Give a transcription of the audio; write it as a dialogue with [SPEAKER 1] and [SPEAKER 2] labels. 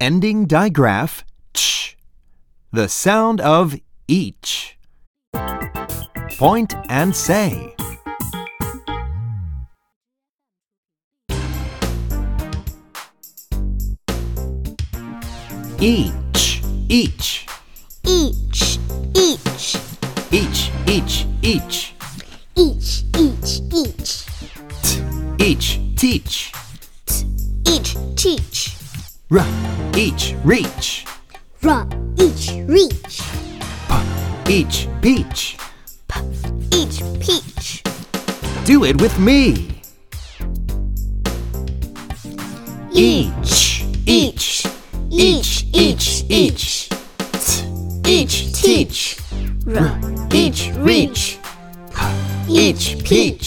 [SPEAKER 1] Ending digraph ch. The sound of each. Point and say. Each, each,
[SPEAKER 2] each, each,
[SPEAKER 1] each, each, each.
[SPEAKER 2] each, each, each,
[SPEAKER 1] T, each, teach.
[SPEAKER 2] each, teach,
[SPEAKER 1] R, each, reach.
[SPEAKER 2] ra, each, reach,
[SPEAKER 1] P, each, peach.
[SPEAKER 2] each, peach,
[SPEAKER 1] Do it with me. each, each, each, each. T, each, teach.
[SPEAKER 2] ra,
[SPEAKER 1] Each, reach. Each, peach.